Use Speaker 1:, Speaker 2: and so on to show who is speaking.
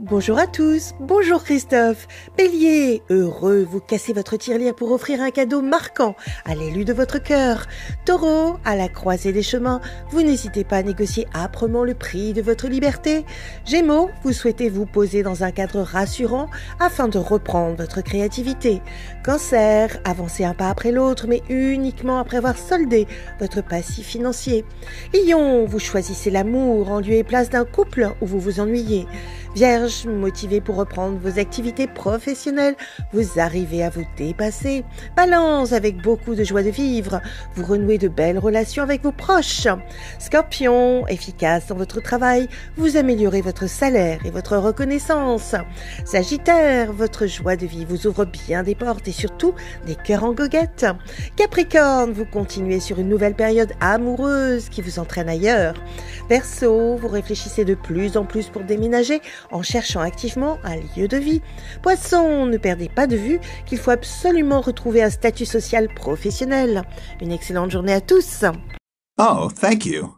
Speaker 1: Bonjour à tous, bonjour Christophe. Bélier, heureux, vous cassez votre tirelire pour offrir un cadeau marquant à l'élu de votre cœur. Taureau, à la croisée des chemins, vous n'hésitez pas à négocier âprement le prix de votre liberté. Gémeaux, vous souhaitez vous poser dans un cadre rassurant afin de reprendre votre créativité. Cancer, avancez un pas après l'autre, mais uniquement après avoir soldé votre passif financier. Lion, vous choisissez l'amour en lieu et place d'un couple où vous vous ennuyez. Vierge, motivé pour reprendre vos activités professionnelles, vous arrivez à vous dépasser. Balance, avec beaucoup de joie de vivre, vous renouez de belles relations avec vos proches. Scorpion, efficace dans votre travail, vous améliorez votre salaire et votre reconnaissance. Sagittaire, votre joie de vie vous ouvre bien des portes et surtout des cœurs en goguette. Capricorne, vous continuez sur une nouvelle période amoureuse qui vous entraîne ailleurs. Verseau, vous réfléchissez de plus en plus pour déménager en cherchant activement un lieu de vie. Poisson, ne perdez pas de vue qu'il faut absolument retrouver un statut social professionnel. Une excellente journée à tous.
Speaker 2: Oh, thank you.